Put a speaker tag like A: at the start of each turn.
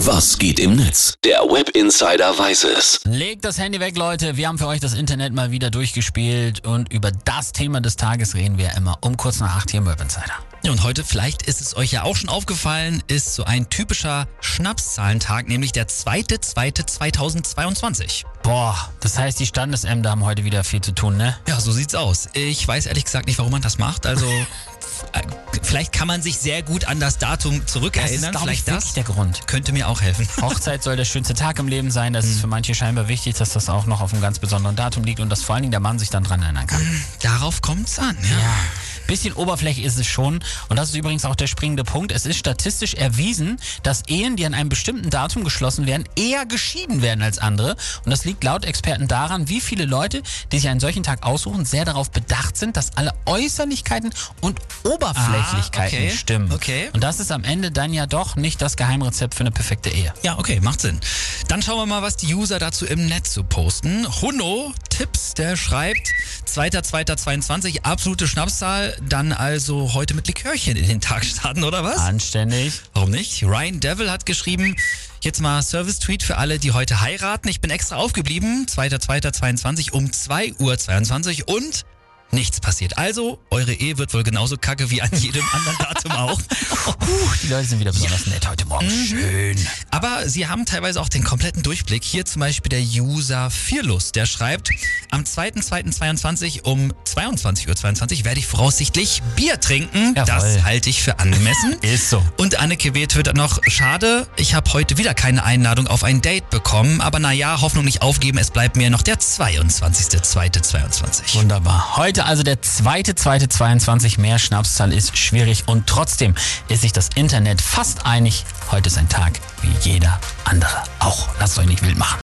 A: Was geht im Netz? Der Web Insider weiß es.
B: Legt das Handy weg, Leute. Wir haben für euch das Internet mal wieder durchgespielt und über das Thema des Tages reden wir immer um kurz nach acht hier im Web Insider.
C: Und heute, vielleicht ist es euch ja auch schon aufgefallen, ist so ein typischer Schnapszahlentag, nämlich der 2.2.2022.
B: Boah, das heißt, die Standesämter haben heute wieder viel zu tun, ne?
C: Ja, so sieht's aus. Ich weiß ehrlich gesagt nicht, warum man das macht. Also, äh, vielleicht kann man sich sehr gut an das Datum zurückerinnern.
B: glaub
C: vielleicht
B: wirklich
C: das
B: der Grund.
C: könnte mir auch helfen.
B: Hochzeit soll der schönste Tag im Leben sein. Das
C: Mhm.
B: ist für manche scheinbar wichtig, dass das auch noch auf einem ganz besonderen Datum liegt und dass vor allen Dingen der Mann sich dann dran erinnern kann.
C: Darauf kommt's an.
B: Ja. Bisschen Oberfläche ist es schon. Und das ist übrigens auch der springende Punkt. Es ist statistisch erwiesen, dass Ehen, die an einem bestimmten Datum geschlossen werden, eher geschieden werden als andere. Und das liegt laut Experten daran, wie viele Leute, die sich einen solchen Tag aussuchen, sehr darauf bedacht sind, dass alle Äußerlichkeiten und Oberflächlichkeiten
C: Ah, okay.
B: stimmen.
C: Okay.
B: Und das ist am Ende dann ja doch nicht das Geheimrezept für eine perfekte Ehe.
C: Ja, okay, macht Sinn. Dann schauen wir mal, was die User dazu im Netz so posten. Hunno Tipps, der schreibt 2.2.22, absolute Schnapszahl, dann also heute mit Likörchen in den Tag starten, oder was?
B: Ah. Anständig.
C: Warum nicht? Ryan Devil hat geschrieben, jetzt mal Service-Tweet für alle, die heute heiraten. Ich bin extra aufgeblieben, 2.2.22 um 2.22 Uhr und nichts passiert. Also, eure Ehe wird wohl genauso kacke wie an jedem anderen Datum auch.
B: Die Leute sind wieder besonders nett heute Morgen. Schön.
C: Aber sie haben teilweise auch den kompletten Durchblick. Hier zum Beispiel der User Fearless, der schreibt, am 2.2.22 um 22.22 Uhr werde ich voraussichtlich Bier trinken.
B: Jawohl.
C: Das halte ich für angemessen.
B: Ist so.
C: Und Anneke W. twittert noch, schade, ich habe heute wieder keine Einladung auf ein Date bekommen, aber naja, Hoffnung nicht aufgeben, es bleibt mir noch der 22.2.22.
B: Wunderbar. Heute also der zweite, zweite 22. Mehr Schnapszahl ist schwierig und trotzdem ist sich das Internet fast einig. Heute ist ein Tag wie jeder andere auch. Lasst euch nicht wild machen.